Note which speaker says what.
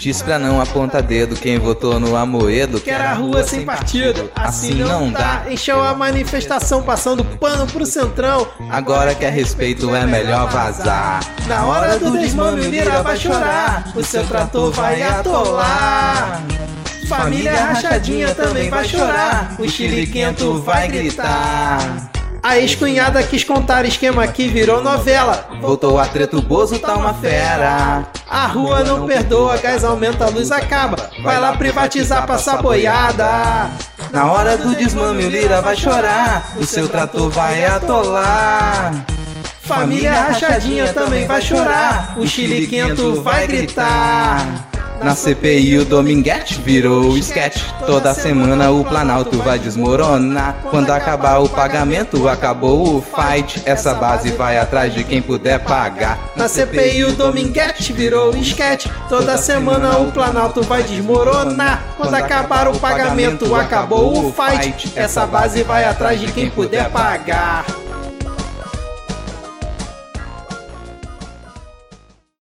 Speaker 1: Diz pra não apontar dedo quem votou no Amoedo.
Speaker 2: Quer a rua sem partido, assim não dá. Encheu a manifestação passando pano pro centrão.
Speaker 1: Agora que é respeito, é melhor vazar.
Speaker 2: Na hora do desmame, o Lira vai chorar. O seu trator vai atolar. Família rachadinha também vai chorar. O chiliquento vai gritar. A ex-cunhada quis contar esquema que virou novela.
Speaker 1: Voltou a treta, o Bozo tá uma fera.
Speaker 2: A rua não perdoa, gás aumenta, a luz acaba. Vai lá privatizar, passar boiada.
Speaker 1: Na hora do desmame, o Lira vai chorar. O seu trator vai atolar.
Speaker 2: Família rachadinha também vai chorar. O chiliquento vai gritar.
Speaker 1: Na CPI o Dominguete virou sketch. Toda semana o Planalto vai desmoronar. Quando acabar o pagamento, acabou o fight. Essa base vai atrás de quem puder pagar.
Speaker 2: Na CPI o Dominguete virou sketch. Toda semana o Planalto vai desmoronar. Quando acabar o pagamento, acabou o fight. Essa base vai atrás de quem puder pagar.